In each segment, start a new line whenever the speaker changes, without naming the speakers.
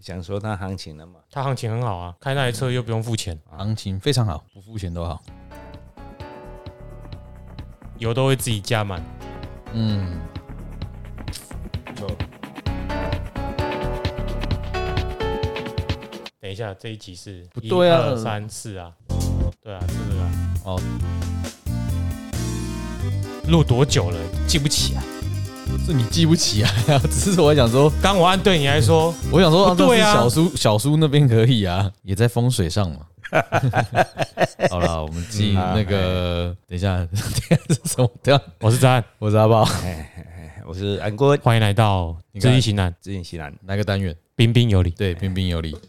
想说它行情了嘛。
它行情很好啊，开那台车又不用付钱，
行情非常好，不付钱都好。
油都会自己加满。
嗯，
等一下，这一集是
不对啊
一二三四啊，对啊，是这个啊。
哦，
录多久了？记不起啊。
这你记不起来啊？ 只是我想说，
刚我按对你来说，
我想
不
说，
对啊
那是小叔小叔那边可以啊，也在风水上 嘛。好了，我们
嗯
进那个，
哎
等一下， 等一下是什么？等一下，
我是詹，
我是阿豹，
我是安国，
欢迎来到
你
知
看
易行难，
最近西南
哪个单元？
彬彬有礼。
对，彬彬有礼。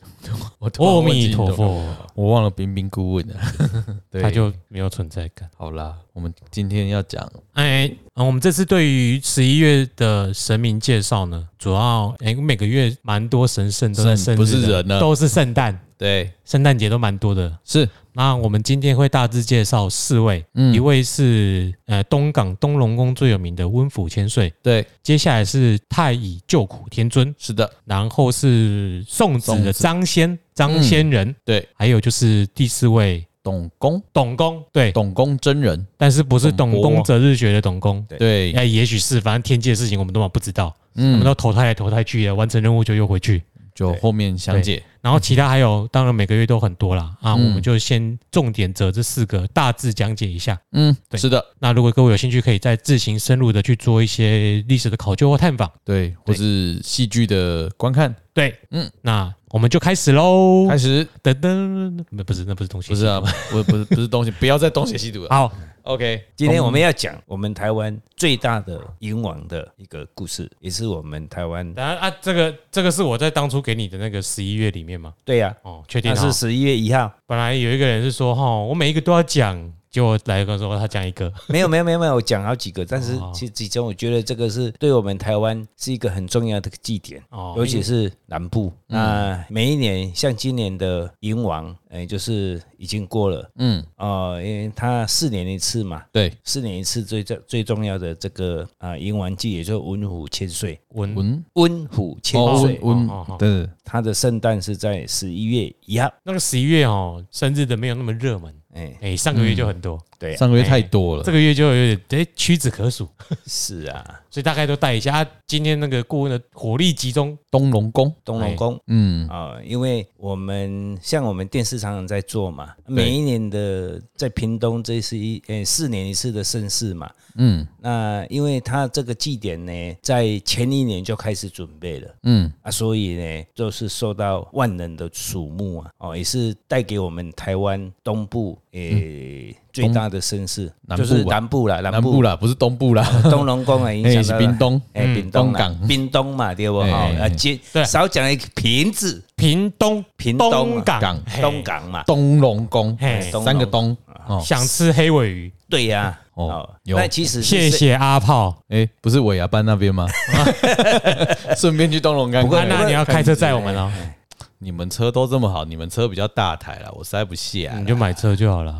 我突然
哎阿
忘记
弥陀
你懂吗，
佛，
我忘了彬彬顾问了。啊 对，
他就没有存在感。
好啦。我们今天要讲
哎、嗯我们这次对于十一月的神明介绍呢，主要哎、每个月蛮多神圣都在
圣
圣日
不是
的
人呢啊
都是圣诞，
对，
圣诞节都蛮多的。
是
那我们今天会大致介绍四位，
嗯
一位是呃东港东龙宫最有名的温府千岁，
对，
接下来是太乙救苦天尊，
是的，
然后是宋子
宋
的
子嗯
张仙张仙人，
对，
还有就是第四位
董公，
董公，对，
董公真人，
但是不是
董
董
伯
公择日学的董公。
对，
哎，也许是，反正天界的事情我们都嘛不知道，我们
嗯，
都投胎来投胎去的，完成任务就又回去。
就后面详解，
然后其他还有，当然每个月都很多啦啊，我
嗯
们就先重点择这四个大致讲解一下。
嗯，
对
是的，
那如果各位有兴趣，可以再自行深入的去做一些历史的考究或探访。
对，或
对
是戏剧的观看，
对，嗯
嗯，
那我们就开始喽。
开始
噔噔，不不是，那不是东西，
哦不是 啊，不不是不是东西，不要再东邪西 毒了。
好，
OK，
今天我们要讲我们台湾最大的银王的一个故事，也是我们台湾
然后啊，这个这个是我在当初给你的那个十一月里面嘛。
对呀、
哦，确定
它
好
是。十一月一号，
本来有一个人是说，哈，我每一个都要讲，结果来一个说他讲一个，
没有没有没有没有，我讲好几个，但是
哦
其其中我觉得这个是对我们台湾是一个很重要的祭典，
哦嗯
尤其是南部。那每一年像今年的银王，哎，就是已经过了，
嗯，
哦，因为它四年一次嘛。
对，
四年一次最最最重要的这个啊迎王祭，也就是文虎千岁，
文
文
温虎千
嗯哦
岁
文，文
哦哦哦，
对对，对
它的圣诞是在十一月一号。
那个十一月哦，生日的没有那么热门，
哎，
哎、上个月就很多，
对啊，
上个月太多了
这，个月就有点哎屈指可数，
是
哎
啊，
所以大概都带一下。啊、今天那个顾问的火力集中，
东龙宫，
东龙宫
嗯，
啊，因为我们像我们电视常常在做嘛，
对
每一年的在屏东这是一呃四年一次的盛事嘛。
嗯
那因为它这个祭典呢，在前一年就开始准备了。
嗯，
啊，所以呢，就是受到万人的瞩目啊，哦，也是带给我们台湾东部诶、最大的声势，
嗯南部
就是
吧
南部啦，
南
南
部
部啦，
啦，不是东部 啦，
东龙宫啊，影
哎，
响
是
到
屏东，
哎、屏东
东
啦
港
屏东嘛，对不？哦，
哎
啊，接
对
少讲一个瓶子，
屏东
屏东
东
嘛，哎
港
港
嘿
东港嘛，
东龙宫，哎
嘿
东
三个
龙
东，哦，
想吃黑尾鱼，
对呀、
哦
哦，
有
那其实是
谢。谢阿炮。
哎，不是尾牙班那 边吗？顺便去东龙看
不过
那
看。
那你要开车载我们
哎
哦，
你们车都这么好，你们车比较大台啦，我塞不
哎
下
你
啦。
就买车就好了。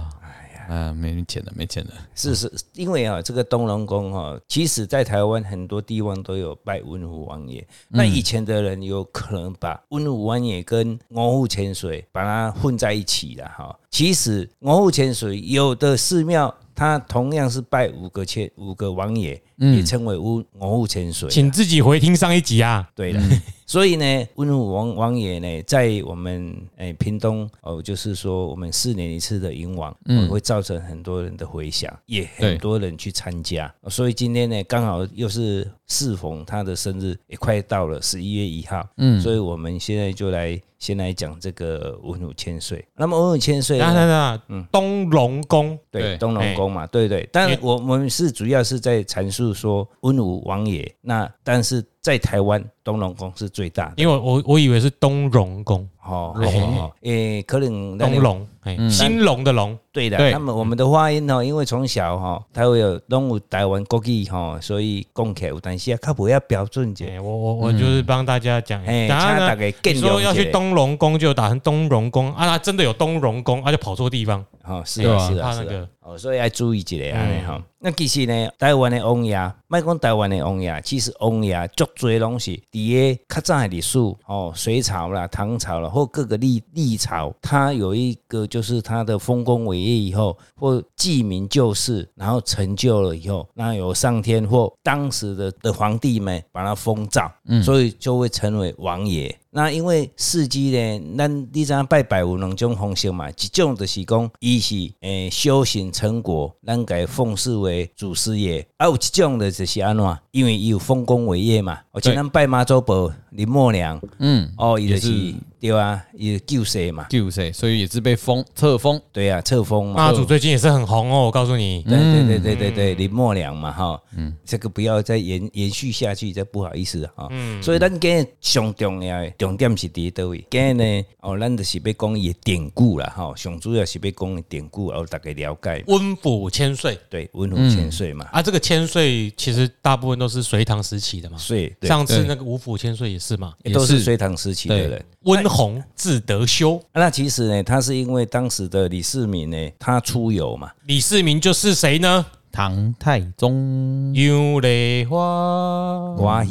啊，没钱了，没钱了。
是是，因为啊、这个东龙宫哈，其实在台湾很多地方都有拜文武王爷。
嗯
那以前的人有可能把文武王爷跟五湖千水把它混在一起了哈。其实五湖千水有的寺庙，它同样是拜五个千五个王爷，
嗯
也称为五五湖千水。啊
请自己回听上一集啊。
对了， 所以呢，温武王王爷呢，在我们诶、屏东哦，就是说我们四年一次的迎王，嗯，会造成很多人的回响，也很
对
多人去参加。哦所以今天呢，刚好又是适逢他的生日，也快到了十一月一号，嗯，所以我们现在就来先来讲这个文武千岁。那么文武千岁呢，
那那
嗯
那，东龙宫
对
对
东龙宫嘛，对对，但我我们是主要是在阐述说温武王爷，那但是在台湾东龙宫是最大的。
因为我我我以为是东荣宫，
哦，
龙
哦诶，可能那嗯
东
个
龙，哎，兴隆的隆，
对的，
对
那么我们的发音哦，因为从小哈，它会有拢有台湾国语哈，所以讲起来有但是啊，较不要标准者，
哎，我我我就是帮大家讲，
哎，
然
请
后
大
呢，
家
你
更
说要
了
去
解。
东龙宫就打成东荣宫啊，那真的有东荣宫，啊就跑错地方，
哦，是
对
啊，
啊嗯
是
怕
啊，
那
是啊
个。
哦，所以要注意啊一下安尼吼。那其实呢，台湾的王爷，莫讲台湾的王爷，其实王爷足侪拢是伫个较早的历史哦，隋朝啦、唐朝啦，或各个历历朝，它有一个就是它的丰功伟业以后，或济民救世，然后成就了以后，那有上天或当时的的皇帝们把它封诏，所以就会成为王爷。那因为四季呢，咱你知影拜拜有两种方式嘛，一种就是讲伊是诶、修行成果，咱给奉视为祖师爷；啊，有一种的就是安怎，因为伊有丰功伟业嘛，而且咱拜妈祖婆林默娘，嗯，哦，伊就是
也是
对啊，伊就救世嘛，
救谁？所以也是被封册封，
对啊，册封
嗯
嘛。
妈祖最近也是很红哦，我告诉你，
对对对对对对，林默娘嘛哈，嗯，这个不要再延延续下去，这不好意思哈。嗯，所以咱今日上重要的重点是伫倒位，今日呢，哦，咱就是要讲伊的典故啦哈，上主要是要讲伊典故，然后大家了解，
温补千岁
对，文武千岁嘛，
啊，这个千岁其实大部分都是隋唐时期的嘛，
岁对，
上次那个五府千岁也是嘛，
也都
也
是
是
隋唐时期的人。啊
温宏自得修，
那其实呢，他是因为当时的李世民呢，他出游嘛，
李世民就是谁呢？
唐太宗。
幽蕾花，
瓜伊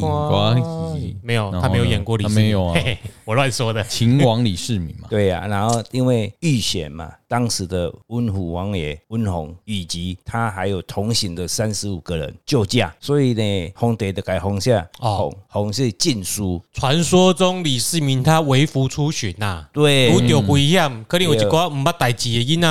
瓜伊
没有，
然后呢
他没有演过李世民，
他没有啊
嘿嘿我乱说的。
秦王李世民嘛，
对呀、然后因为遇险嘛，当时的温虎王爷温宏以及他还有同行的三十五个人救驾，所以呢，皇帝就改封下，
哦
红红是禁书，
传说中李世民他为服出巡啊呐、
对，
拄
嗯
着危险，可能有一寡毋捌代志的囡仔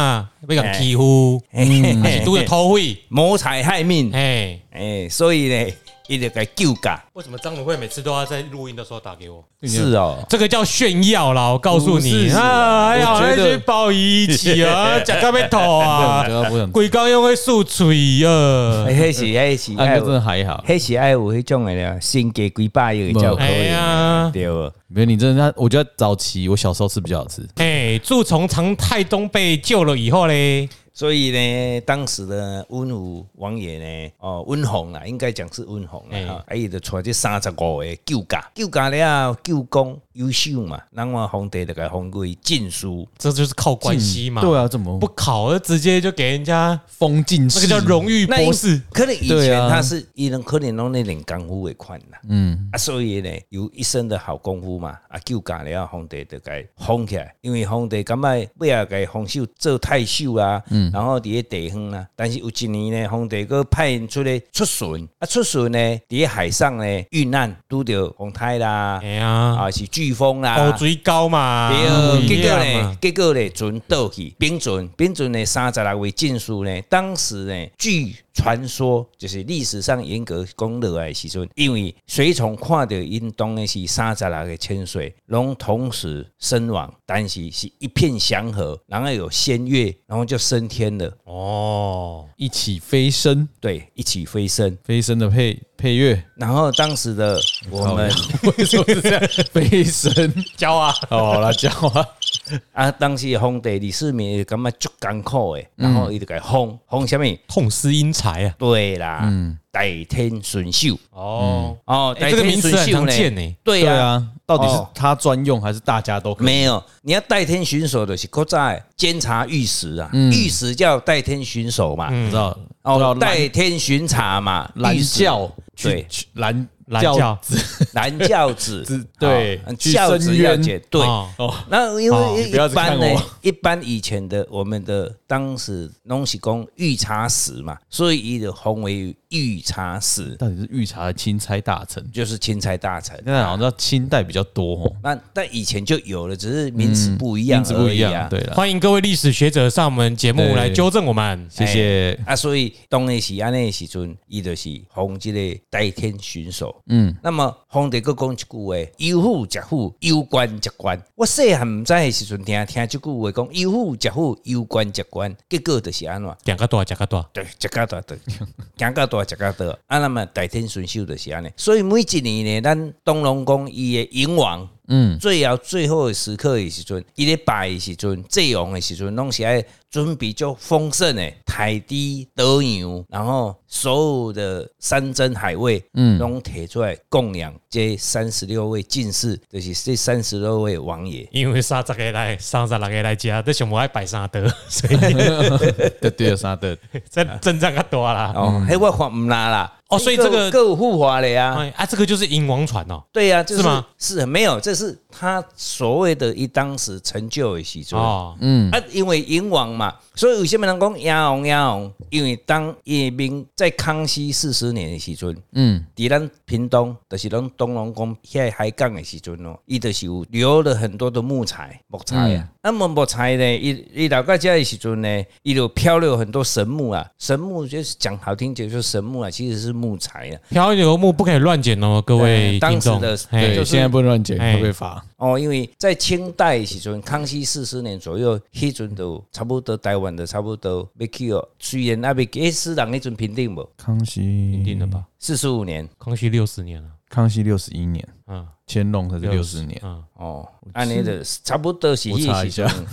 要共欺负，
嗯
还是 拄着土匪，
谋财害命，
嘿。
哎，所以呢，伊就该救驾，
为什么张文慧每次都要在录音的时候打给我？
是哦，
这个叫炫耀啦！我告诉
不
你
是
啊，哎呀，
我
那
觉得
些鲍鱼起 啊，讲到被头啊
我觉， 得不是很，
鬼刚用会漱嘴啊！
哎迄是迄是
安
爱
哎啊哥真的
有，
还好。
迄是爱有迄种的了，先给几百亿才有可
哎
以，
呀，
对不？
没有你真的，我觉得早期我小时候吃比较好吃，
哎，自从唐太宗被救了以后嘞，
所以呢，当时的温武王爷呢，哦，温宏啦，应该讲是温宏
哎
啦，哈，啊，伊就带这三十五个旧家，旧家了，旧功优秀嘛，然后皇帝就给封为进书，
这就是靠关系嘛。
对啊，怎么
不考，直接就给人家
封禁
那
士？
个叫荣誉
那因
博士。
可能以
对
前
啊
他是伊人可能拢那点功夫的款啦，嗯，啊，所以呢，有一身的好功夫嘛，啊，旧家了，皇帝就给封起来，因为皇帝感觉尾啊给封秀做太守啊，嗯，然后伫个地方啦，但是有一年呢，皇帝佫派因出来出巡，啊，出巡呢，伫个海上呢遇难，拄着风台啦
哎，呀，
啊，是飓风啦，
口水高嘛，
啊对，
不一
结果
样
呢
嘛，，
结果呢，船倒去，冰船，冰船呢，三十六位进士呢，当时呢，据传说就是历史上严格讲落来的时阵，因为随从看到因当的是三十六个千岁，拢同时身亡，但是是一片祥和，然后有仙乐，然后就升天了，
哦，
一起飞升，
对，一起飞升。
飞升的配 配乐，
然后当时的我们
为什么是这样？飞升，
教啊，
好啦，叫啊，
啊，当时的皇帝李世民就感觉足艰苦的，然
嗯
后伊就给封封什么？
痛失英才啊。
对啦，
嗯
代天顺秀。
哦，
哦，
哎这个名词很常见呢。
对
对
呀、啊，
啊，到底是
哦
他专用还是大家都可以？
没有，你要代天巡守的是古在监察御史啊，
嗯
御史叫代天巡守嘛，
你知道
哦，
带
代天巡查嘛，
蓝
御史
嗯教
对
去去蓝
蓝教
蓝教子
子 对
哦
去
教
申
子要
冤
解对。
哦
哦，
那因
哦
为
你不要
一
只
般
看
呢
我，
一般以前的我们的当时东西公御茶使嘛，所以以的封为御茶使，
到底是御茶的钦差大臣？
就是钦差大臣。
现在好像叫清代比较多哦，
那但以前就有了，只是名词不一样
嗯名字不
而
一
已
样，
啊。
对了，
欢迎各位历史学者上我们节目
对
来纠正我们。
谢谢。
啊，所以当然是安尼的时阵，伊就是封即个代天巡守。嗯，那么皇帝佫讲一句话：有富食富，有官食官。我细汉毋知的时阵听听即句话，讲有富食富，有官食官，结果就是安怎？
讲个多，讲个多，
对，食较大 对，行较大食较大。啊，那么代天巡守就是安尼。所以每一年呢，咱东龙宫伊的迎王。
嗯，
最后最后的时刻的时阵，伊咧拜的时阵，祭王的时阵，拢是爱准备足丰盛的台猪、刀羊，然后所有的山珍海味，嗯，拢摕出来供养这三十六位进士，就是这三十六位王爷。
因为三十个来，三十六个来家，这想我爱摆三德， 所以
对对，有啥的？
这阵仗较大啦。
啊哦，嘿，我看毋啦啦，
嗯哦，所以这个
各有护法了呀。
哎啊，这个就是银王船哦。
对呀、这
是吗？
是没有，这是他所谓的一当时成就的时候。
哦，
啊，因为英王嘛，所以有些人讲英王英王，因为当叶兵在康熙四十年的时阵，
嗯，
伫咱屏东，就是咱东龙宫遐海港的时阵哦，伊就是有留了很多的木材、木材
嗯
啊。那么木材呢，伊伊老到家的时阵呢，伊就漂流很多神木啊，神木就是讲好听点就是神木啊，其实是木材啊。
漂流木不可以乱捡哦，各位
对当
听
时
众
的。
哎
就是
对，现在不能乱剪
哎
会被罚。
哦，因为在清代的时阵，康熙四十年左右，迄阵都差不多台湾的差不多要去哦。虽然阿要诶，死人迄阵平定无，
康
一定
熙，
的吧？
四十五年
康熙六十年了，
康熙六十一年，
嗯，
乾隆才是六十年，
嗯，
哦，安尼的差不多是
我
迄
查
个
一
时
下
阵。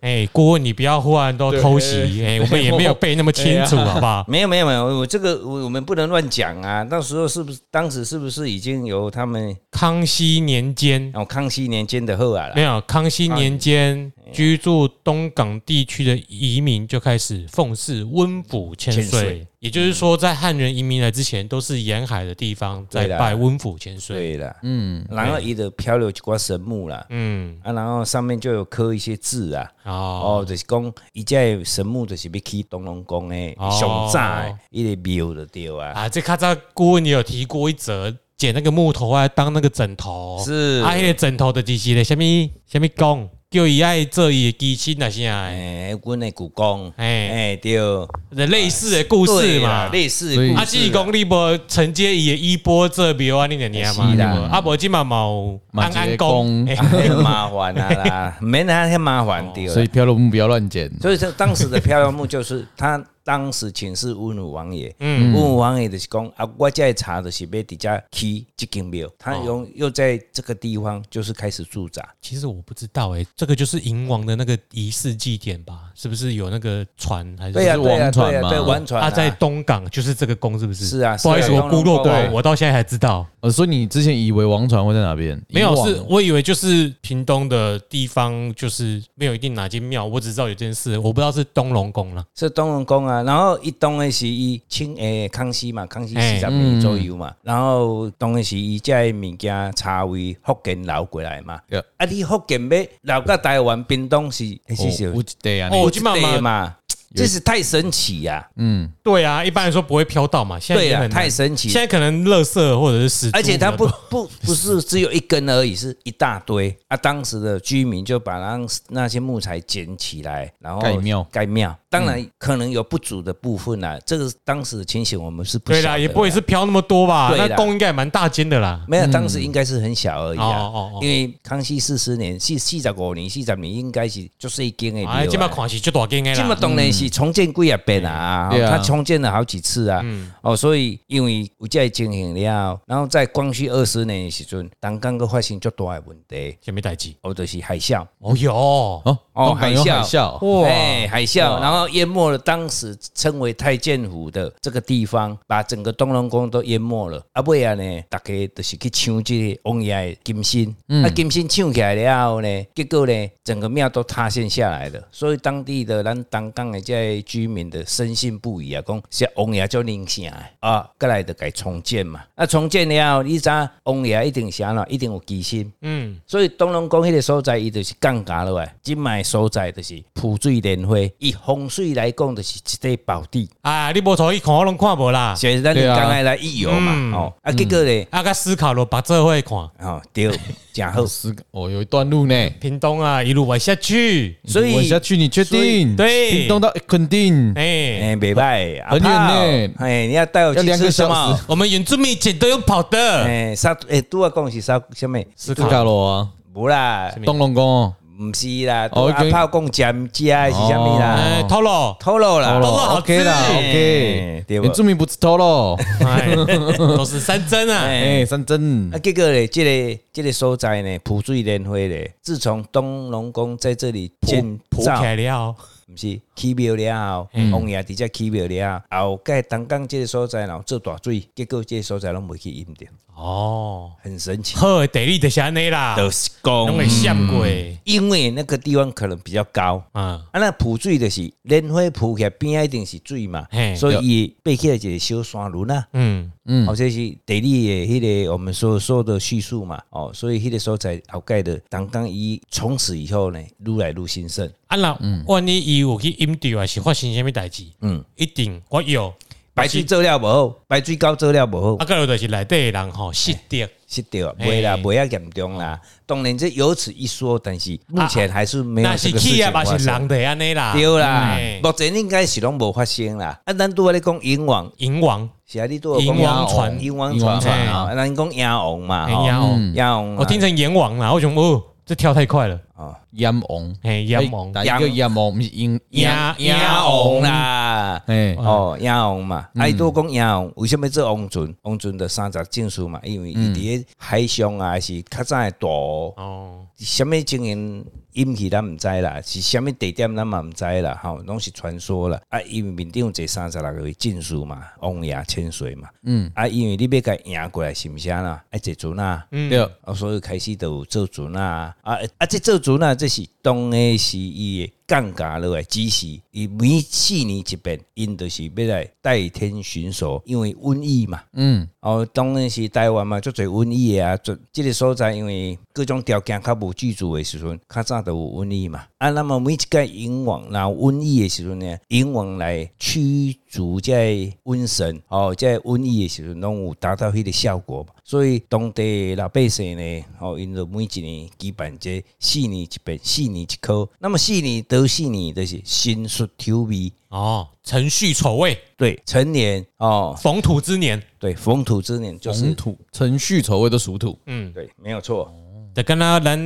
哎，顾问你不要忽然都偷袭，哎，我们也 没
啊
有背那么清楚，好不好？
没有没有没有，我这个我我们不能乱讲啊。到时候是不是当时是不是已经有他们
康熙年间
哦康熙年间的后啊
没
啦？
有，康熙年间居住东港地区的移民就开始奉祀温府千
千
岁
岁，
也就是说，在汉人移民来之前，都是沿海的地方在
对啦
拜温府千岁。
对啦，嗯，然后伊的漂流一挂神木啦，
嗯，
啊，然后上面就有刻一些字啊。
哦，
哦，就是讲，伊这个神木就是要去东龙宫诶，
哦
上早诶，伊个庙就对啊，
啊，这咔嚓顾问你有提过一则，捡那个木头来当那个枕头，
是
啊，那个枕头的机器嘞，什么什么讲，叫伊爱做伊的机器那些哎，
诶，阮诶故宫，
哎
诶，对，
类似的故事
对
嘛
啦，，类似
所以
的故
啊，
事
只是讲你无承接伊的衣钵这庙安尼的念嘛，
是
对
啦
无啊，无即嘛嘛有
嘛
安
有一个
安公，
公
哎
哎很麻烦啊啦，免那遐麻
哦
烦对啦
所以漂流木不要乱剪。
所以说当时的漂流木就是他当时请示温武王爷，嗯，温武王爷就是讲啊，我在查的是要底下起这间庙，
哦
他用又在这个地方就是开始驻扎，
其实我不知道哎，这个就是银王的那个仪式祭典吧？是不是有那个船还是？
对呀啊
是
对呀
王船
对呀
嘛
对王船
他
啊
在东港，就是这个宫，是不是？
是啊
不好意思，
是啊
我孤陋
东
寡
龙
闻，
宫
我到现在才知道。
呃，所以你之前以为王船会在哪边？
没有
以，往
是我以为就是屏东的地方，就是没有一定哪间庙，我只知道有这件事，我不知道是东龙宫了。
是东龙宫啊，然后一东的是伊清诶康熙嘛，康熙四十年左右嘛，然后东的是伊这的物件茶位福建流过来嘛
Yeah，
啊，你福建要流到台湾屏东是，诶是
哦
是
有一对啊，
哦
你
我今晚嘛
对嘛，这是太神奇呀，
嗯，
对啊，一般来说不会飘到嘛，现在
对
也
呀，
很难
太神奇了
现。在可能垃圾或者是石柱，
而且它不不不是只有一根而已，是一大堆啊！当时的居民就把那那些木材捡起来，然后
盖庙
盖庙。当
嗯
然可能有不足的部分啦，这个当时的情形我们是不
对
晓
啦，
得
也不会
啦
是飘那么多吧？
对
那
啦
弓应该也蛮大间的啦。
没有，当时应该是很小而已啊。
哦哦哦
因为康熙四十年、四四十五年、四十年应该是就是一间的庙
哎，
啊。
这么看是就大间的
这么
啦。
当然是重建几啊遍啊，
嗯对啊嗯
他重建了好几次啊，哦，所以因为有这个情形了，然后在光绪二十年的时阵，当刚个发生较大的问题，
前面代志
哦，就是海啸，
哦哟，
哦
哦
东港
海
有海
啸
啸，
哇
哎，海啸，然后淹没了当时称为太监府的这个地方，把整个东龙宫都淹没了。啊，尾啊呢，大家就是去抢这个王爷的金身，啊，金身抢起来了后呢，结果呢，整个庙都塌陷下来了。所以当地的咱东港的这些居民的深信不疑啊，讲是王爷做灵性的啊，过来就改重建嘛。啊，重建了后，你知道王爷一定是安怎样，一定有机心。
嗯，
所以东龙宫迄个所在，伊就是降价落来。即卖所在就是浦水莲花，以风水来讲，就是一块宝地。
啊，你无头去看我拢看无啦，
所以咱就
对啊
刚才来一游
嗯
嘛，哦，啊，结果咧，
啊，甲思考咯，把这会看
哦，对，真 好。
是哦，有一段路呢。
屏东啊，一路往下去，
所以
我下去，你确
所以
定？
对
屏东到垦丁，
哎，
哎，袂歹，阿
很远呢
炮哎，你要带我
要
去
两个
吃什
小
么
时？
我们原住民姐都有跑的，
哎，啥？哎，拄啊讲是啥？什么？
思
斯卡
考
罗啊，
无啦，
东龙宫哦，
毋是啦，拄
哦
阿
跟
炮讲尖家是啥物啦？
哎，透露，
透露啦，
好欸
透露好吃
了，OK 啦
哎
，OK，
对吧
原住民不吃透喽，
哎，都是山珍啊，
哎
哎，三珍
啊，，结果咧，即、个即、个所在呢，浦水莲花咧，自从东龙宫在这里建
铺
造
开了，
毋是起庙了后，王爷伫遮起庙了后，后盖东港即个所在，然后做大水，结果即个所在拢袂去淹着，
哦，
很神奇。
好，地理就是安尼 啦，
就是讲
拢，会闪过，
因为那个地方可能比较高。
嗯，
啊，那浮水就是莲花浮起来边仔一定是水嘛
嘿，
所以它爬起来一个小山轮啊。
嗯，
嗯，哦，这是地理的迄个我们所说的叙述嘛，哦，所以迄个所在后盖的当当伊从此以后呢，愈来愈兴盛，
啊那万一伊有去淹掉，还是发生什么代志，
嗯，
一定我有，
排水做了无好，排水沟做了无好
啊，，个有就是内底的人吼失掉，
是对啊，袂啦，
嘿
袂啊严重啦，当然这有此一说，但是目前还是哎没有
那
这
是
个事
去
情
啊，嘛
发
是
生。
人的安尼啦，
对啦
嗯，
目前应该是拢无发生啦。啊，咱拄仔咧讲英王，
银王，
是啊，你拄仔讲
英王船
英王
英
船
王
嘛，
船
啊，咱讲英王嘛，
嘿
吼
阎王，
英王啊，
哎哦我听成阎王啦，我想哦，这跳太快了，
哦
淹王，
嘿，阎王，
打一个淹王，不是淹
阎
英王，啦，
哎，
哦，影王嘛，啊，伊都讲影王，为什么做王船？王船的三十证书嘛，因为伊伫咧海上啊，还是较早的大湖，
哦，
什么情形引起咱毋知啦，是什么地点咱嘛毋知啦，吼，拢是传说啦。啊，因为面顶有这三十六个证书嘛，王爷千岁嘛，嗯，啊，因为你要甲赢过来是毋是啊啦？爱坐船啊。
对，
啊，所以开始就有做船啊，啊啊，这做船啊，这是当然是伊的降价落来指示，伊每四年一遍，因都是要来代天巡守，因为瘟疫嘛，
嗯，
哦，当然是台湾嘛，足侪瘟疫的啊，足即个所在因为各种条件较无具足的时阵，较早都有瘟疫嘛。啊，那么每一届迎王若有瘟疫的时阵呢，迎王来驱逐这瘟神，哦，这瘟疫的时阵拢有达到迄个效果嘛。所以当地的老百姓呢，哦，因就每一年举办这四年一遍，四年一考。那么四年得四年，就是新术抽味，
哦，程序丑位，
对，成年哦，
逢土之年，
对，逢土之年就是
红。土程序丑位都属土，
嗯，
对，没有错，
就跟那咱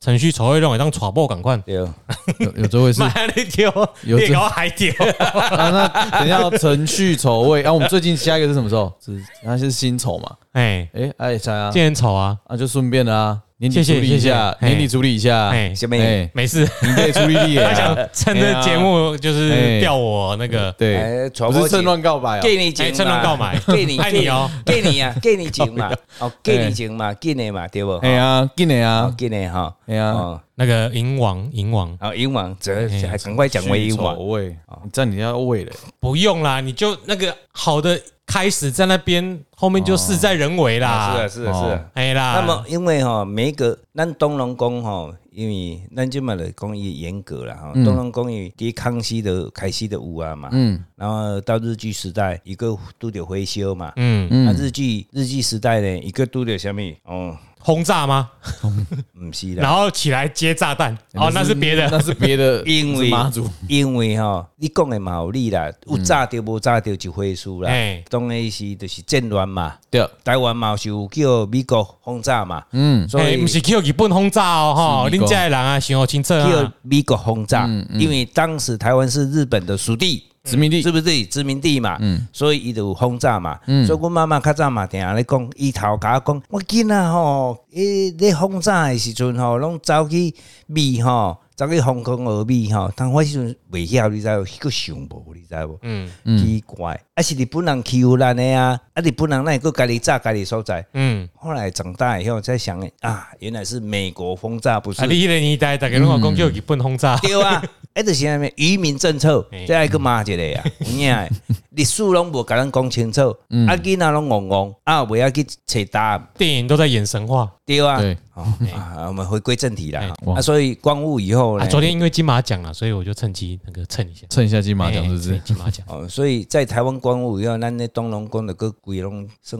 程序丑位弄会当传播赶快。
对。
有有这回 事
妈你丢，你
有这
也搞海 丢，
啊？那等一下要程序丑位啊，我们最近下一个是什么时候？是那是辛丑嘛？
哎，
哎哎，啥啊？
见人丑啊，
啊，就顺便啦，年底
谢谢
处理一下
谢，谢
年底处理一下，
哎，
下面
哎，
没事，
你可以处理力
他 想
啊，
趁这节目就是
哎
吊我那个，
对，
哎，
不
传播
是趁乱告白啊，
给你钱
哎趁乱告白
给你
爱你哦，
给你啊，给你钱嘛，哦，给你钱嘛，给你嘛，对不？
哎呀，进来
哦，
啊，
给你哈，
哎呀，
哦，
那个银王银王，
好，英王，这还赶快讲回英
丑
王，
位，你占你要位了，
不用啦，你就那个好的开始在那边，后面就事在人为啦，
啊，是啊，是啊。
哎啦，
那么，因为哈，每一个咱东龙宫哈，因为咱今嘛的工艺严格了哈，东龙宫伊伫康熙的开始的有啊嘛，
嗯
然后到日据时代一个都得回修嘛，
嗯，
啊，
嗯，
日据日据时代呢一个都得什么？哦，
轰炸吗？
唔是啦
然，后起来接炸弹，哦，那是别的，
哎那是别的，
因为
是妈祖，
因为吼、你讲的嘛有理啦，
嗯
有炸着无炸着就回事啦。
哎
当然是就是战乱嘛，
对，
台湾嘛是有叫美国轰炸嘛，
嗯
所
哎，
以
不是去日本轰炸哦，哈，
是美
恁
国
家的人啊，想好清楚
叫
啊，嗯
美国轰炸，因为当时台湾是日本的属地。
殖民地
是不是殖民地嘛？
嗯
所以伊就有轰炸嘛。所以阮妈妈较早嘛定咧讲，伊头甲我讲，我囡仔吼，伊咧轰炸的时阵吼，拢走去美吼，走去香港学美吼，但我迄阵袂晓，你知无？迄个想无，你知无？
嗯
奇怪，啊是日本人欺负咱的啊，啊日本人那个家己炸家己所在。
嗯。
后来长大以后才想啊，原来是美国轰炸，不是
啊，你迄个年代大家拢有
嗯
讲叫日本轰炸，
对啊， 哎，就是啥物渔民政策
嘿，
这爱个骂一个啊， 有影的，历史拢无甲咱讲清楚，
嗯
啊，囡仔拢戆戆，啊，袂晓去找答案，
电影都在演神话。
对啊
对。
哦啊，我们回归正题啦。
哇
啊，所以光武以后
啊，
呢，
昨天因为金马奖啊，所以我就趁机那个蹭一下。
趁一下金马奖是不
哎
是？
金马奖
哦，所以在台湾光武以后，咱那东龙宫的个鬼拢算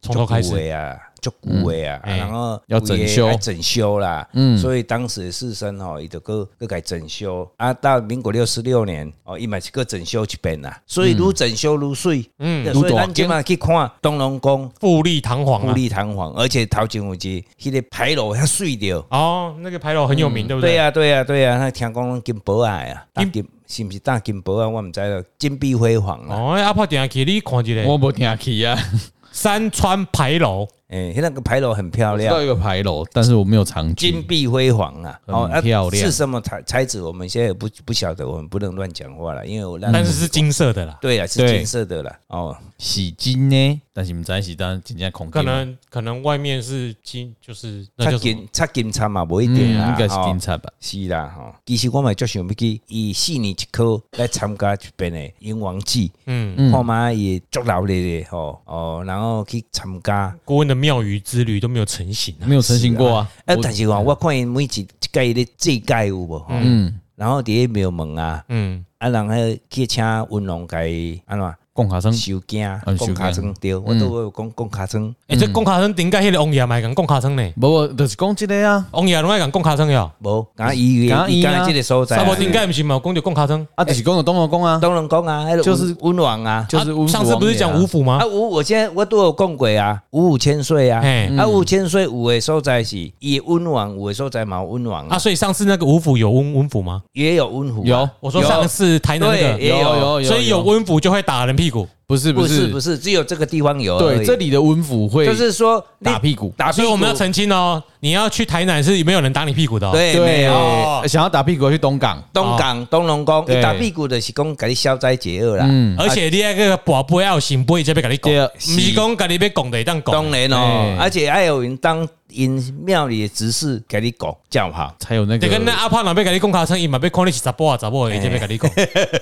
从头开始
足久的啊，足古的啊，
嗯
然后
要整修
还整修啦，
嗯
所以当时的士绅吼，伊就个个改整修啊，到民国六十六年哦，伊嘛是个整修一遍啦，所以愈整修愈水，
嗯
嗯，所以
愈大
咱即嘛去看东龙宫
富丽堂皇
富
啊。
丽堂皇，而且头前有一个迄个牌楼遐水着。
哦，那个牌楼很有名，对不
对
对？
啊，对啊，对啊，那听讲拢金箔啊，啊，大
金
金是不是大金箔啊？我毋知了，金碧辉煌啊。
哦，阿炮点下去，你看一下
我没听起啊，
山川牌楼，
哎、那个牌楼很漂
我知
亮
道，一个牌楼，但是我没有常去。
金碧辉煌啊，
很漂亮
是什么材材质？我们现在也不不晓得，我们不能乱讲话了，因为我让
但是是金色的啦，
对啊，是
对
金色的啦。哦，
洗金呢，但是唔知是当真正恐
可能可能外面是金，就是那
擦
叫什么
金擦金叉嘛，不一定啦，
嗯应该是
哦
警察吧？
是啦，吼，其实我嘛足想要去以四年一科来参加一遍的英王祭，
嗯，
看嘛也足热闹的吼，哦，然后去参加。
郭文的庙宇之旅都没有成型
嗯
啊。
没有成型过啊。
啊，
我
但是吼，我看因每一一届咧祭届有无？吼，
嗯，
然后伫咧庙门啊，
嗯，
啊，人迄去请文龙家安怎
贡卡生
收惊
嗯，
讲
收惊
卡庄对，我都有讲讲卡庄，
哎，这贡卡生顶盖迄个王爷嘛，讲贡卡生呢，
不不，就是讲这个啊，
王爷拢爱讲贡卡生哟。
无，敢医
敢
院，
医
伊
啊
敢即个所在
沙
啊，
伯顶盖不是嘛，讲就贡卡生。
啊，就是讲有东皇宫啊，
当然讲啊，那个
就是
文文王啊，
就是
啊
五
上次不是讲五府吗
啊，？五我现在我都有讲过啊，五五千岁啊，
嘿
嗯
啊五千岁有的所在是也温王，有的所在嘛温王
啊，
啊，
所以上次那个五府有温温府吗？
也有温啊湖，
有
我说
有
上次台南那
对
个，
也有
有
哎所以有温府就会打人屁股。
不是
不
不
是
是
不是只有这个地方有而已，
对这里的温府会
就是说你
打屁股，
打屁
所
股，
以我们要澄清哦，你要去台南是没有人打你屁股的、哦。，
对没
对
有
哦，
想要打屁股去东港，
东港东龙宫
对
一打屁股的是讲给你消灾解厄啦，
嗯，
而且你那个宝贝要行，不会再被跟你讲，
对
不是讲跟你被讲的一当讲
啊当。然哦
哎，
而且还有人当因庙里的执事给你讲叫好，
才有那
就
个
跟那阿胖那边跟你讲卡称，伊嘛被看你是查甫啊查
哎
某的，伊才被跟你讲。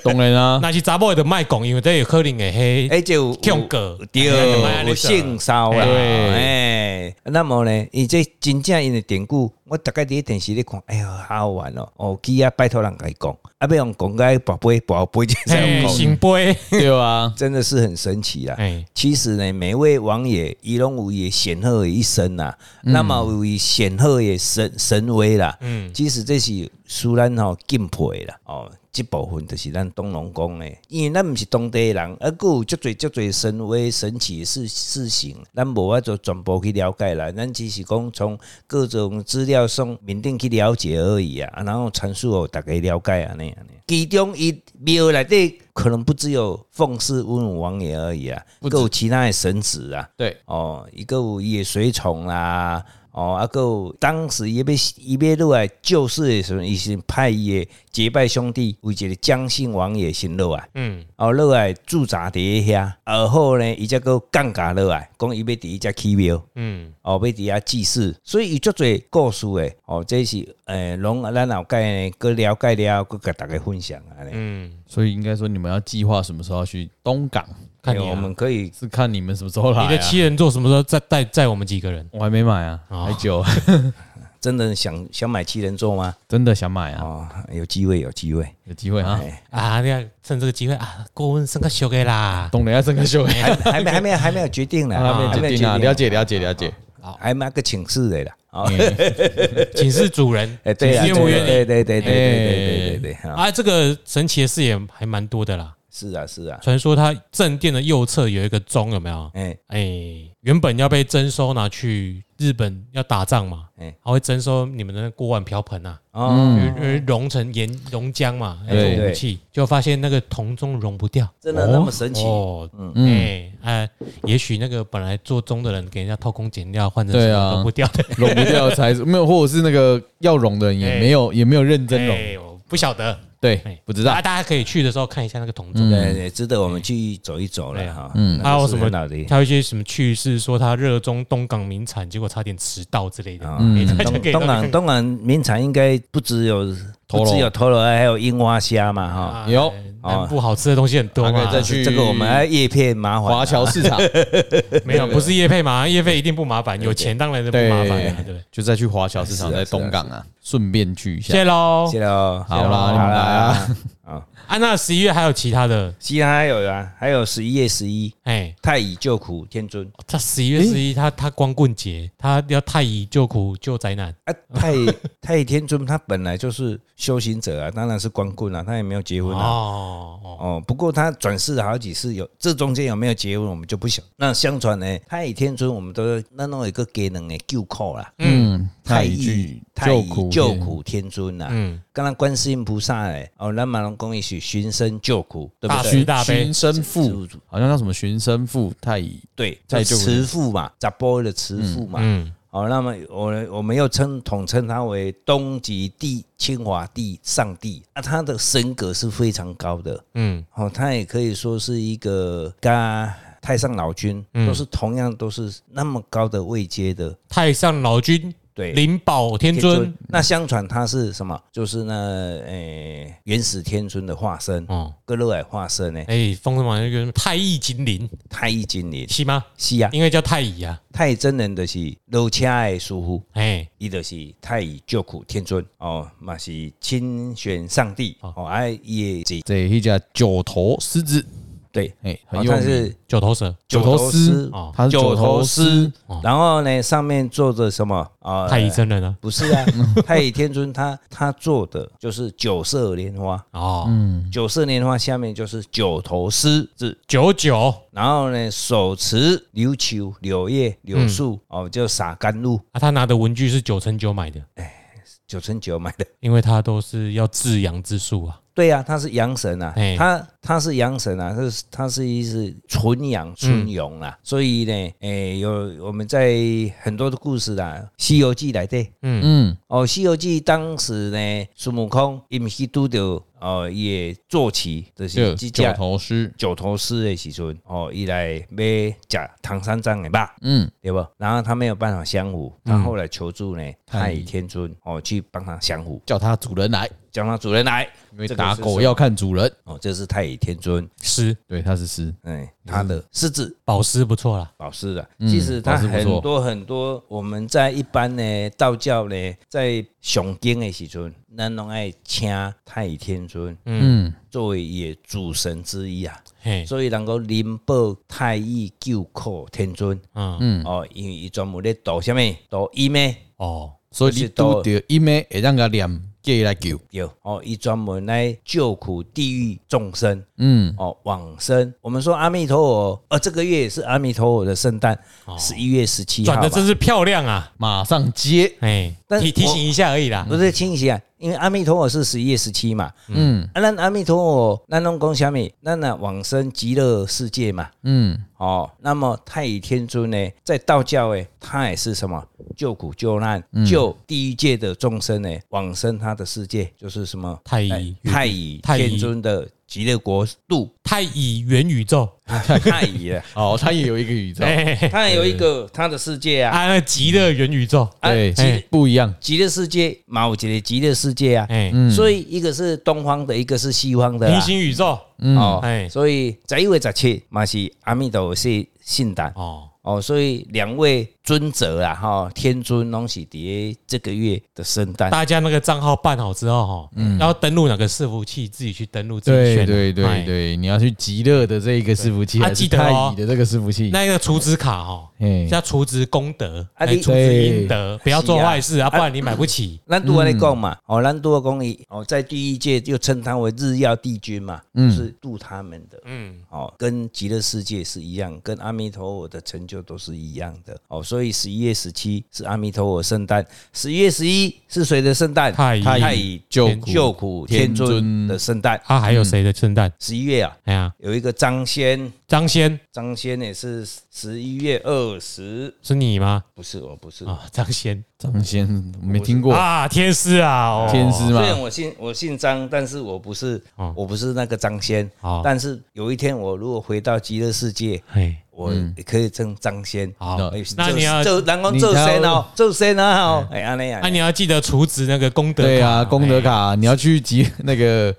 东人啊，
那是查某的就卖讲，因为这有可能会黑。
哎就
叫过
对，
哎
有性骚扰，
对
哎，那么呢，伊这真正因的典故，我大概伫电视咧看，哎呦，好好玩哦，哦，记啊，拜托人甲伊讲，啊，要用讲个宝贝宝贝这
嘿，
样
行
讲，
杯，
对啊，
真的是很神奇啦。
哎，
其实呢，每位王爷，伊拢有伊的显赫的一生呐、那么有伊显赫的神神威啦。
嗯，
其实这是虽然吼敬佩的啦，哦，这部分就是咱东龙宫的，因为咱毋是当地人，而佫有足侪足侪神威神奇的事事情，咱无法做全部去了解啦，咱只是讲从各种资料上面顶去了解而已啊，啊然后阐述哦，大家了解安尼安尼。其中伊庙内底可能不只有奉祀温武王爷而已啊，
不止
佫有其他的神子啊，
对，
哦，伊个有伊的水虫啦，哦，啊还有当时伊要伊要落来救世的时候，伊是派伊的结拜兄弟为一个江姓王爷先落来，
嗯，
哦，落来驻扎伫遐，而后呢，伊则个降价落来，讲伊要伫伊遮起庙。
嗯，
哦，要伫遐祭祀，所以有足侪故事诶。哦，这是诶，拢咱后盖呢，佮了解了，佮甲大家分享啊。嗯，
嗯，
所以应该说你们要计划什么时候要去东港，
看你
哎我
啊，
们可以
是看你们什么时候来
你的
啊。
七人座什么时候再带带我们几个人？
我还没买啊，
哦
还久，
真的想想买七人座吗？
真的想买啊，
哦，有机会，有机会。
有机会啊，
哎，
啊，你看趁这个机会啊，郭文生个小个 啦。
东人要真个秀，还
还还没还没还没有决定呢，
没决 定啊，了解嗯了解了
哦
解，
还没个请示的啦。哦，
请示主人，
哎，对啊，
请示愿不愿
对
意？
对对对对
哎
对对对对对，啊
啊，这个神奇的事也还蛮多的啦。
是啊是啊，
传说它正殿的右侧有一个钟，有没有？
哎，
哎、原本要被征收拿去日本要打仗嘛，
哎
它会征收你们的锅碗瓢盆啊，
哦，
嗯
因为熔成岩熔浆嘛，哎
对
做武器，就发现那个铜钟熔不掉，
真的那么神奇？
哦，
嗯，
哎、哎，也许那个本来做钟的人给人家偷工减料，换成
对
什
啊
么都不掉的，
融不掉才没有，或者是那个要融的人也没
哎
有也没有认真融，
哎我不晓得，
对
哎，
不知道
啊，，大家可以去的时候看一下那个铜钟。
嗯
对对，值得我们去走一走
哎
了哈。嗯，
还有什么
脑力？
还有一些什么趣事，说他热衷东港名产，结果差点迟到之类的。
啊
嗯
哎大家可以
东港东港名产应该不只有不只有陀螺，还有樱花虾嘛哈。
啊
有啊
南部好吃的东西很多啊
大
嘛
概，再去
这个我们要叶片麻烦
华侨市场，
哎
没有不是业配嘛，业配一定不麻烦，有钱当然就不麻烦了，对不对？
就再去华侨市场，
是啊
在东港啊，顺便去一下。
谢喽
谢。喽，
好啦，你们来啊！
啊！
啊，那十一月还有其他的，
其他还有啊，还有十一月十一
哎，
太乙救苦天尊
他十一月十一，他他光棍节，他要太乙救苦救灾难，
啊，太太乙天尊他本来就是修行者啊，当然是光棍啊，他也没有结婚啊。
哦哦，
哦，不过他转世了好几次，有这中间有没有结婚我们就不晓。那相传呢，太乙天尊我们都那弄一个给人的旧扣啦，
嗯，
嗯，
太
乙
乙
具
太
救
乙
苦
救
天
苦天尊呐、
嗯，
刚刚观世音菩萨嘞，哦，咱马龙公一起寻声救苦，对不
大
对
慈？大悲
寻生父
是
好像叫什么寻生父太乙，
对，
太
叫
救苦
慈父嘛，杂波的慈父嘛。
嗯，
哦，那么我们我们又称统称他为东极地清华帝上帝啊，他的神格是非常高的。
嗯，
哦，他也可以说是一个跟太上老君、
嗯
都是同样都是那么高的位阶的。
太上老君
对，
灵宝天尊，。
那相传他是什么？就是那诶、元始天尊的化身，
哦，
哥罗尔化身呢？
哎，风神榜一个太乙金灵
太乙金灵
是吗？
是啊，
因为叫太乙啊，
太乙真人就是楼车的师傅，
哎，
伊就是太乙救苦天尊哦，嘛是亲选上帝哦，哎也这
这一家九头狮子，
对，
哎，
哦
很有
他
名。
是
九头蛇，
九头狮
狮，
哦
他是九头狮，，哦
然后呢上面坐着什么啊？
太乙真人啊，
不是啊， 太乙天尊他他做的就是九色莲花，
哦，
嗯
九色莲花下面就是九头狮子，
九九
然后呢，手持琉球、柳叶、
嗯
柳树、哦，就撒甘露，
啊，他拿的文具是九乘九买的，
九乘九买的。
因为他都是要治阳之术啊，
对呀、啊，他是阳神啊
嘿，
他他是阳神啊，他是他是一是纯阳纯阳啦、所以呢，诶、有我们在很多的故事啦，《西游记》来的
嗯，
哦，《西游记》当时呢，孙悟空伊毋是拄着哦，也坐骑，就是
就
这
九
只
头狮，
九头狮的时阵，哦，伊来买食唐三藏的肉，
嗯，
对不？然后他没有办法降服，他后来求助呢太乙天尊哦，去帮他降服，
叫他主人来，
叫他主人来
因为
这个
打
是
狗
什
要看主人。
哦，这是太乙天尊，
狮
对，他是狮，
哎，他的狮子
宝狮不错啦，
老师啊，其实他
嗯老师不
很
错
多很多，我们在一般呢道教呢，在上经的时阵，咱拢爱请太乙天尊，嗯，作为也主神之一啊，
哎
嘿，
所以能够灵宝太乙救苦天尊，
嗯，
哦，因为伊专门咧度什么，度医咩。
哦，
所以你拄到一妹会让他念，叫伊来救。
有哦，一专门来救苦地狱众生
嗯，
哦，往生。我们说阿弥陀佛，呃，这个月也是阿弥陀佛的圣诞，
哦
十一月十七号
转的真
吧。
是漂亮啊，
马上 接。
哎，
但
提
是
提
我
醒一下而已啦，
不是清晰啊，因为阿弥陀佛是十一月十七嘛，嗯，啊，咱阿弥陀佛，咱拢讲啥物？咱那往生极乐世界嘛，
嗯，
哦，那么太乙天尊呢，在道教诶，他也是什么救苦救难、救地狱界的众生呢，往生他的世界，就是什么
太
哎
乙
太乙
太乙
天尊的极乐国度，
太乙元宇宙，
太乙了，
哦，他也有一个宇宙，
哎， 嘿嘿
他有一个他的世界啊，
啊，那极乐元宇宙，
对
哎，
不一样。
极乐世界，嘛有一个极乐世界啊，
哎，
嗯
所以一个是东方的，一个是西方的啊
平
啦。
行宇宙，哎
哦，所以十一月十七嘛是阿弥陀佛是信诞
哦，
哦，所以两位尊者啊，哈，天尊拢是伫这个月的圣诞。
大家那个账号办好之后哈，要登录哪个伺服器，自己去登录，自己
对
选，
对对
哎，
对，你要去极乐的这一个伺服器，
啊
还是
记得
太
哦
乙的这个伺服器？
那个储值卡哈，
嘿
叫储值功德，
啊
哎，
你
储值阴德，不要做坏事啊，
啊
不然你买不起。
咱拄安尼讲嘛，哦，咱拄讲伊哦，在第一界又称他为日曜帝君嘛，就是度他们的，嗯，哦，跟极乐世界是一样，跟阿弥陀佛的成就都是一样的，哦，所以十一月十七是阿弥陀佛圣诞，十一月十一是谁的圣诞？
太乙
太乙
救
天
苦
救苦天
天
尊
尊
的圣诞。
啊，还有谁的圣诞？
十一月啊，
哎呀，
有一个张先，
张先
张先也是十一月二十，
是你吗？
不是哦我不是，
啊，张先
张先没听过，
啊，天师啊，哦
天师
虽
吗？
然我姓我姓张，但是我不是、
哦
我不是那个张先、
哦
但是有一天我如果回到极乐世界，
哎，
我也可以称张先。
好
那，
哎
那你要
就就然后
你
做
要
仙哦，做仙哦，哎，安尼
那
啊，
你要记得储值那个功德卡，
对啊，功德
哎
卡，你要去极那个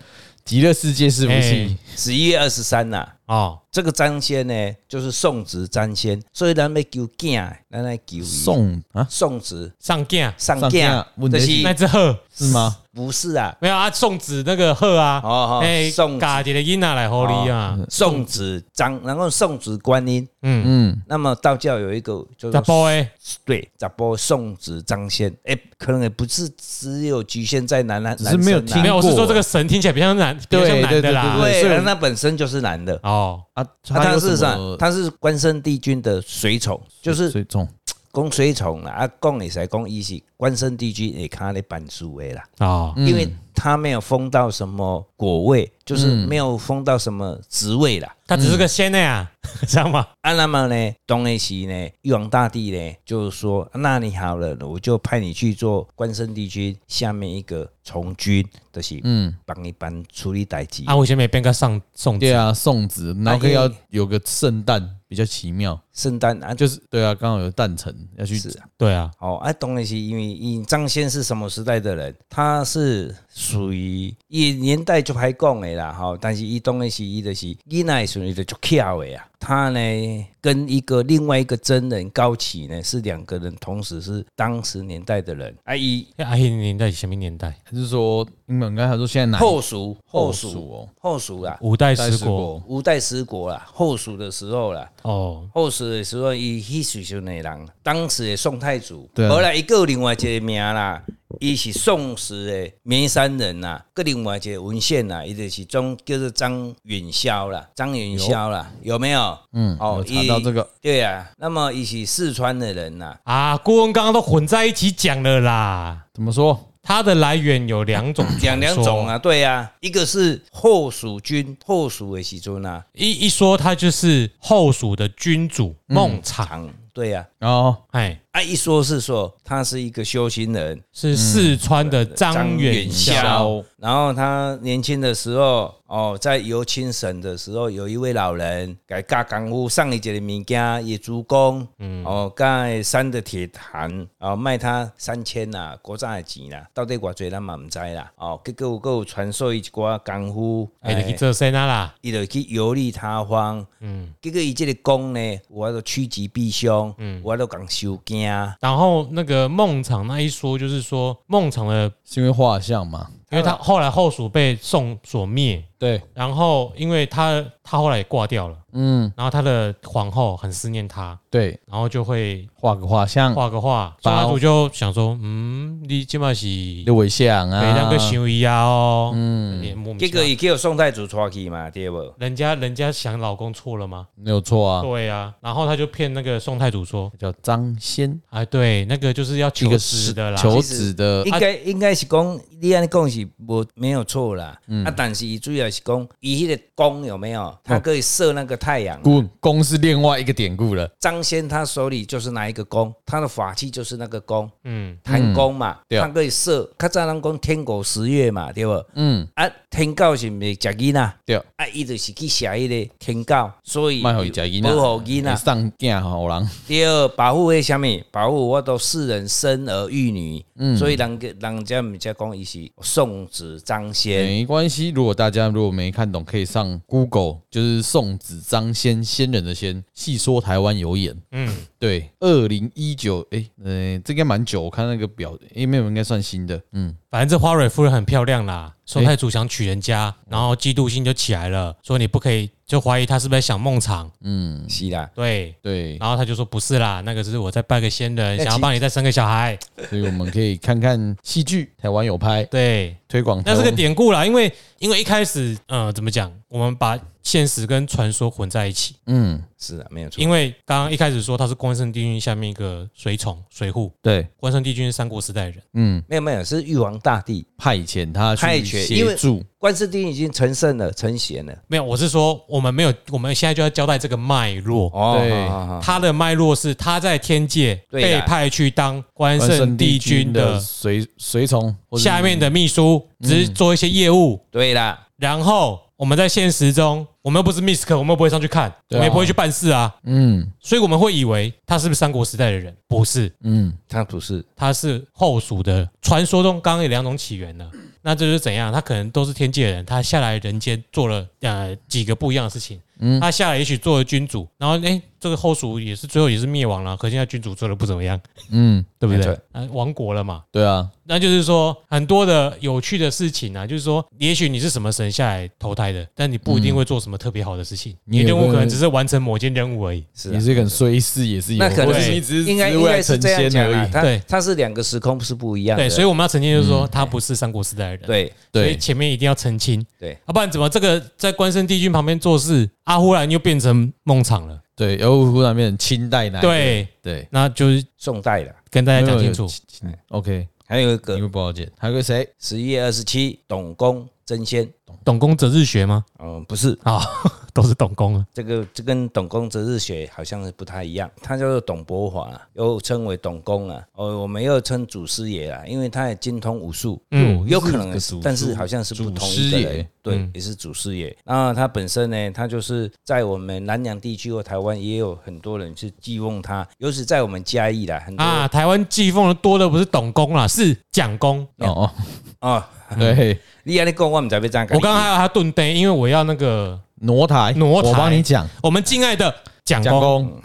极乐世界伺服器。
哎十一月二十三呐，
哦，
这个张先呢，就是送子张先，所以咱要求囝，咱来求伊
送啊，
送子
上架
上
上
囝
囝，问
这
题是
那
是
只鹤
是吗？
不是啊？
没有啊，送子那个鹤啊，
哦哦
哎，
送子
嘎一个囡仔来合你啊，
送子张，然后送子观音。
嗯，
哦嗯，
那么道教有一个叫
咋
做
播诶？
对，咋波送子张先，哎、可能也不是只有局限在男男，
只是没有
男生啦
没有，我是
听过
说这个神听起来比较难，比较像
对
男的
对
啦。
对
啊对啊
虽，然
那本身就是男的。
哦，
啊，
啊、他是啥
啥？？
他是关圣帝君的随从，就是
随从
讲水虫啦，啊，讲会使讲伊是关圣帝君会看咧办事的啦，
啊，
嗯
因为他没有封到什么果位，就是
嗯
没有封到什么职位啦。
他只是个仙内啊， 知道吗？
啊，那么呢，东内西呢，玉皇大帝呢，就说，那你好了，我就派你去做关圣帝君下面一个从军，就是嗯，帮你帮处理代志。
啊，我以前没变个上送
嗯对
子，
啊，送子，然后可以
啊
要
因为
有个圣诞比较奇妙，
圣诞啊，就
就是对啊，刚好有诞辰要去
是啊
对啊，
哦，啊，东内西，因为因张先是什么时代的人？他是属于伊年代就还讲的啦，吼，但是伊东内西伊的是伊那属于的就巧的啊。他呢跟一个另外一个真人高启呢是两个人，同时是当时年代的人啊，伊
哎阿姨年代什么年代？
还是说你们刚才说现在哪一
后蜀，后蜀，
哦，
后蜀啦，
五代十
十
国
国
五代十国啦，后蜀的时候啦，
哦，
后蜀的时候，伊迄时阵的人，当时的宋太祖，
对啊
后来伊个有另外一个名啦，伊是宋时的绵山人啦，个另外一个文献啦，伊就是中叫做张允霄啦，张允霄啦，有没有？嗯，
有查到
伊
这个，
对啊，那么伊是四川的人呐，，
啊，郭文刚刚都混在一起讲了啦。
怎么说？
它的来源有两种
讲两种，啊，对啊，一个是后蜀军，后蜀的时阵啊，
一一说他就是后蜀的君主孟昶，
唐，对啊。
然后
哎，
啊，一说是说他是一个修行人，
是四川的张远霄，
霄。然后他年轻的时候，哦，在游清省的时候，有一位老人给教功夫，上一节的物件也主公，嗯，哦，盖山的铁坛，哦，卖他三千啦，国早的钱啦，到底偌济咱嘛毋知啦，哦，结果还有传授伊一寡功夫，
哎，你去这谁那啦？
伊就去游历他方，嗯，结果伊这个功呢，我都趋吉避凶，嗯，我都讲修惊，
然后那个孟昶那一说，就是说孟昶的，
是因为画像嘛？
因为
呃
他后来后蜀被宋所灭，
对，
然后因为他他后来也挂掉了，
嗯，
然后他的皇后很思念他，
对，
然后就会
画个画像，
画个画，
嗯
宋太祖就想说，嗯，你今嘛是
六尾像啊，
每两个行为啊哦，嗯，莫名
结
其
果
妙。
伊叫宋太祖抓去嘛，对
呃啊
无？
人家人家想老公错了吗？
没有错啊，
对啊，然后他就骗那个宋太祖说，
叫张先，
哎，对，那个就是要
一
求
个
职
是
的啦，
求子的
应该应该是讲，你安尼讲是无没有错啦。
嗯
啊，但是伊主要是讲，伊迄个弓有没有？
哦
它可以射那个太阳。
故公是另外一个典故了，
张先他手里就是拿一个弓，他的法器就是那个弓，
嗯，
弹弓嘛，
对啊
他可以射。较早人讲天狗十月嘛，对不？
嗯，
啊，天狗是毋是食囡仔？
对，
啊，伊就是去射迄个天狗，所以
卖给假囡仔，哎
保护囡仔。
上架好人，
第二，保护迄啥物？保护我都世人生儿育女，
嗯
所以人家人家毋才讲伊是送子张先。
没关系。如果大家如果没看懂，可以上 Google，就是宋子张先仙人的仙，细说台湾有演。
嗯，
对，二零一九，哎，呃，这应该蛮久。我看那个表，因为我应该算新的，嗯，
反正这花蕊夫人很漂亮啦。宋太祖想娶人家，然后嫉妒心就起来了，说你不可以，就怀疑他是不是在想孟昶。
嗯
是啦，
对，
对，
然后他就说不是啦，那个只是我在拜个仙人，
其
想要帮你再生个小孩。
所以我们可以看看戏剧，台湾有拍
对，
推广台
那
湾，
是个典故啦，因为因为一开始，呃，怎么讲，我们把现实跟传说混在一起。
嗯，
是啦，没有错。
因为刚刚一开始说他是关圣帝君下面一个随从随护，
对，
关圣帝君是三国时代的人，
嗯，
没有没有，是玉皇大帝，
派遣他
派遣
去
因为
协助，
关圣帝君已经成圣了，成贤了。
没有，我是说我们没有，我们现在就要交代这个脉络。
哦
对
好好好
他的脉络是他在天界
对啦
被派去当关
关
圣
圣
帝
帝
君
君嗯的
的
随随从或者
下面的秘书，只是做一些业务，
对啦，
然后我们在现实中，我们又不是 Misk，我们又不会上去看，我
对啊
们也不会去办事啊，
嗯
所以我们会以为他是不是三国时代的人？不是，
嗯，
他不是
他是后蜀的。传说中刚刚有两种起源呢，那这就是怎样？他可能都是天界人，他下来人间做了呃几个不一样的事情。他下来也许做了君主，然后哎，这个后蜀也是最后也是灭亡了，可现在君主做的不怎么样，
嗯，
对不
没
对
错？
啊，亡国了嘛，
对啊，
那就是说，很多的有趣的事情啊，就是说，也许你是什么神下来投胎的，但你不一定会做什么特别好的事情，你
你也
的任务
会
可能只是完成某件任务而已。
是
也
啦，
是很衰事，也是有，
那可
或
能
者
对
你只是
应该
只
应
为了
该是
成
这样
仙
讲
而
啦
已，，
他
对
他是两个时空是不一样的。
对，所以
以
我们要澄清，就是说、他不是三国时代的人，
对
所以
对
前面一定要澄清，
对
要、不然怎么这个在关圣帝君旁边做事啊？啊，忽然又变成梦场了。
对，又忽然变成清代男。
对，
哎对
那就是
宋代的，
跟大家讲清楚
没有，
嗯
，OK，
还有一
因
个
为不好解。还有个谁？
十一月二十七，董公争先。
董公择日学吗？
嗯，不是，
啊、 都是董公啊。
这个这跟董公择日学好像是不太一样，他叫做董伯华，又称为董公啊，哦，我们又称祖师爷啊，因为他也精通武术，
嗯
有可能
又是个
是
祖，
但是好像是不同一个
祖师
人
爷，
对
嗯，
也是祖师爷。那他本身呢，他就是在我们南洋地区或台湾也有很多人去祭奉他，尤其在我们嘉义啦，很多
啊，台湾祭奉的多的不是董公啦，是蒋公。
哦，
哦，
对，
你安尼讲，我唔知要怎样跟你
我刚刚还有他炖呆，因为我要那个
挪台，
挪台
我帮你讲，
我们敬爱的蒋
蒋
公。
公，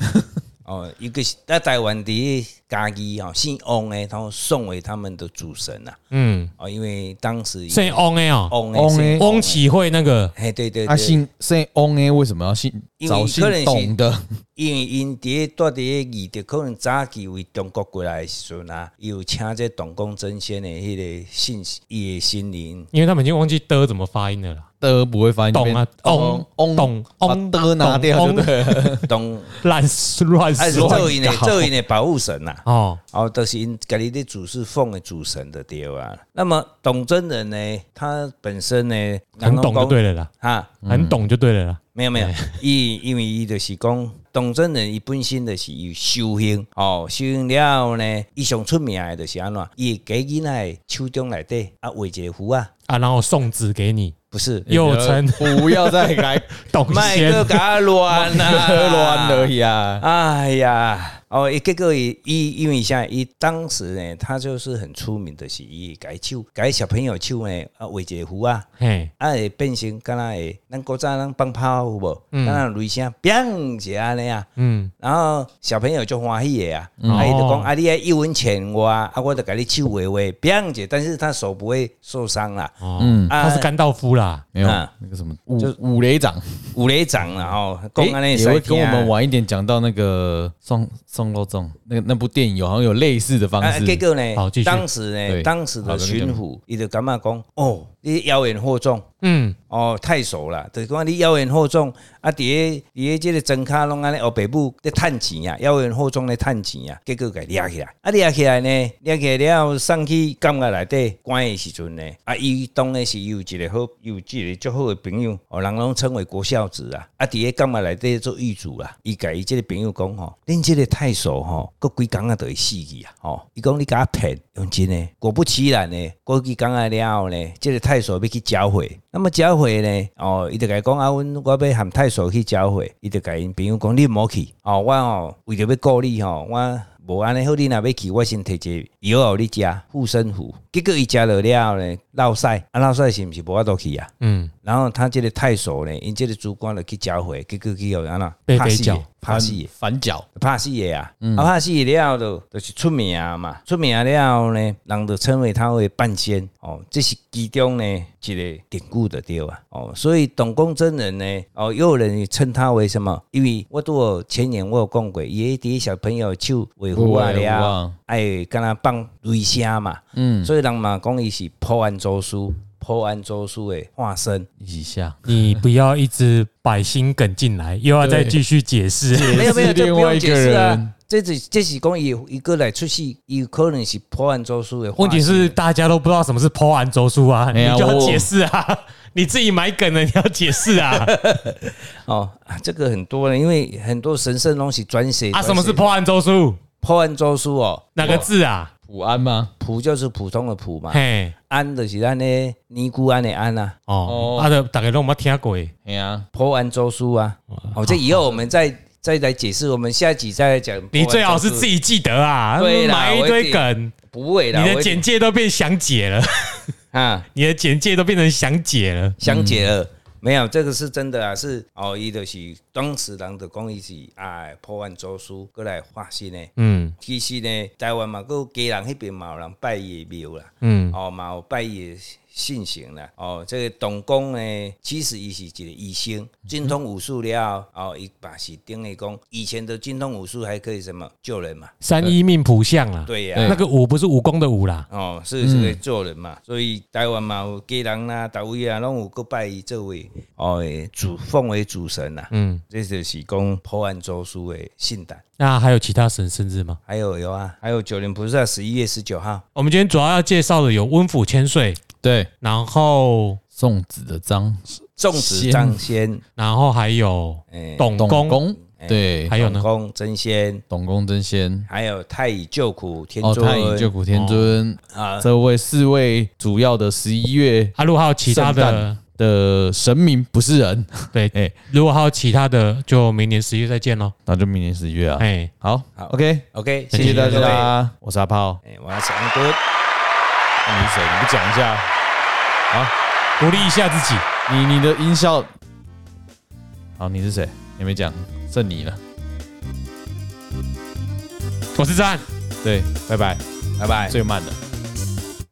哦，一个是在台湾的家己哦，姓翁呢，他们送为他们的主神呐、
嗯，
啊，哦，因为当时有
姓翁哎哦，
翁的
翁的
姓
翁
的
启慧那个
哎，对对
他
对，
姓姓翁诶，为什么要姓
因为
找
可能
姓
是
董的？
因为因伫住伫异地，可能早期为中国过来的时阵啊，他有请这董公真仙的迄个信伊的心灵，
因为他们已经忘记的怎么发音了啦。
的不会发音，
懂啊，
翁
翁
翁
懂
嗯把
翁
的拿掉就
懂
对了。哎
董
乱乱
还是
乱
做因的做因的保护神呐、
哦，
哦，都、是因家己的主事奉的主神的对啊。那么董真人呢，他本身呢，
很懂就
人
对了啦，
啊，
很懂就对了啦。
没有没有，伊 因为伊就是讲，董真人伊本身就是有修行哦，修行了后呢，伊上出名的就是安怎，伊会给囡仔的手中内底啊画一个符啊，
啊，然后送纸给你，
不是
又 称
不要再来
董
卖哎
先
个甲乱啊呐，
乱而。已啊！
哎呀，哦，伊结果伊伊因为啥，伊当时呢，他就是很出名的是伊改手改小朋友手呢啊画一个符啊。
嘿，
啊，会变成敢若会，咱古早咱放炮有无？敢若雷声砰是安尼啊，
嗯，
然后小朋友就欢喜的啊，
嗯
啊伊就
哦
讲啊，你要一文钱我啊，啊我就给你手画画，砰者，但是他手不会受伤啦，
哦，
嗯
他是甘道夫啦，
没有
啊
那个什么五五雷掌，
五雷掌啦吼，讲安
诶
尼
也会跟我们
啊
晚一点讲到那个宋宋洛宗那个那部电影有好像有类似的方
啊，
式，
结果
好
呢
继续？
当时呢
对，
当时
好
的
跟你讲
巡抚，伊就感觉讲，哦，你妖言惑众，
嗯，
哦，太熟啦，就是讲你妖言惑众啊，伫咧伫咧即个庄卡拢安尼，哦，爸母咧趁钱啊，妖言惑众咧趁钱啊，结果给掠起来，啊掠起来呢，掠起来了后送去监狱内底关的时阵呢，啊，伊当然是有一个好，有一个足好的朋友，哦，人拢称为国孝子啊，啊，伫咧监狱内底做狱卒啦，伊甲伊即个朋友讲吼，恁即个太守吼，过几工啊就会死去啊，吼、伊讲你甲我骗，用真诶，果不其然呢，过几工啊了后呢，即、个太守要去剿会，那么剿会呢，哦，伊就甲伊讲啊，阮我要含太守去剿会，伊就甲因朋友讲你毋好去，哦，我哦为着要顾你吼、我。无安尼好，你若要去，我先摕一个药互你食护身符。结果伊食落了后呢，落屎啊落屎是毋是无法度去啊？
嗯，
然后他这个太守呢，因这个主管就去教会，结果去有安啦，
被
拍
飞
死
脚
的，拍死的。
反脚，
拍死的啊，
嗯
啊拍死了就就是出名嘛，出名了后呢，人就称为他为半仙哦，这是其中呢一个典故的对吧？哦，所以董公真人呢，哦，又有人称他为什么？因为我都前年我有讲过，伊伫小朋友手维护啊
有啊有
了
啊，
哎，敢若放雷声嘛，
嗯，
所以人嘛讲伊是破案周书，破案周书的化身。
一起下
你不要一直百心梗进来，又要再继续解释。
没有没有，这
另
不
外
用
一个
解释
人
啊。这只这是讲伊伊个来出世，伊有可能是破案周书的化身。
问题是大家都不知道什么是剖案周书啊，
哎
你
呀
就要
我
解释啊， 你自己买梗了，你要解释啊。
哦啊，这个很多人，因为很多神圣东西专写
啊，
专写
什么是破案周书？
破案周书哦？
哪个字啊？
普安吗？
普就是普通的普嘛，
嘿，
安就是咱的尼姑安的安啊，
哦
哦，
啊，就大家都没听过。
哎呀，
破案周书啊。哦，这以后我们再再来解释，我们下一集再来讲。
你最好是自己记得啊，
对啦
埋一堆梗，
不会
你
啦，
的
我一
简
定
介都变详解了，
啊，
你的简介都变成详解了。
详解了。没有，这个是真的啊，是哦，伊就是当时人的讲伊是哎破案周书过来化身的。
嗯
其实呢，台湾嘛，佮有家人迄边嘛有人拜伊的庙啦，
嗯，
哦嘛有拜伊的信行啦。哦，这个董公呢，其实伊是一个医生，精通武术了，哦，伊把是定义讲，以前的精通武术还可以什么救人嘛？
三一命谱相啦，
对呀、
对
那个武不是武功的武啦，
哦，是这
嗯
个做人嘛，所以台湾嘛有家人啦、啊、台位啊，拢有个拜伊这位哦，诶主奉为主神呐、
嗯，
这就是讲破案周书的信诞，
那还有其他神生日吗？
还有有啊，还有九连菩萨十一月十九号，
我们今天主要要介绍的有温府千岁，
对，
然后
粽子的章，
粽子张仙，
然后还有
诶
董
董
公，
公，
哎
对，
还有呢，
公真仙，
董公真仙，
还有太乙救苦天
哦，
尊、
太乙救苦天尊，
啊，
这位四位主要的十一月
啊，如果还有其他
圣
的
诞，的神明不是人，
对
哎，
如果还有其他的，就明年十一月再见喽。
那就明年十一月啊。
哎，
好
好
，OK，
OK，
谢
谢
谢大
各位，哎
家，我是阿炮，
诶我是安哥。
那你是谁？你不讲一下？
鼓励一下自己。
你你的音效，好，你是谁？你没讲，剩你了。
我是赞。
对，拜拜，
拜拜。
最慢的。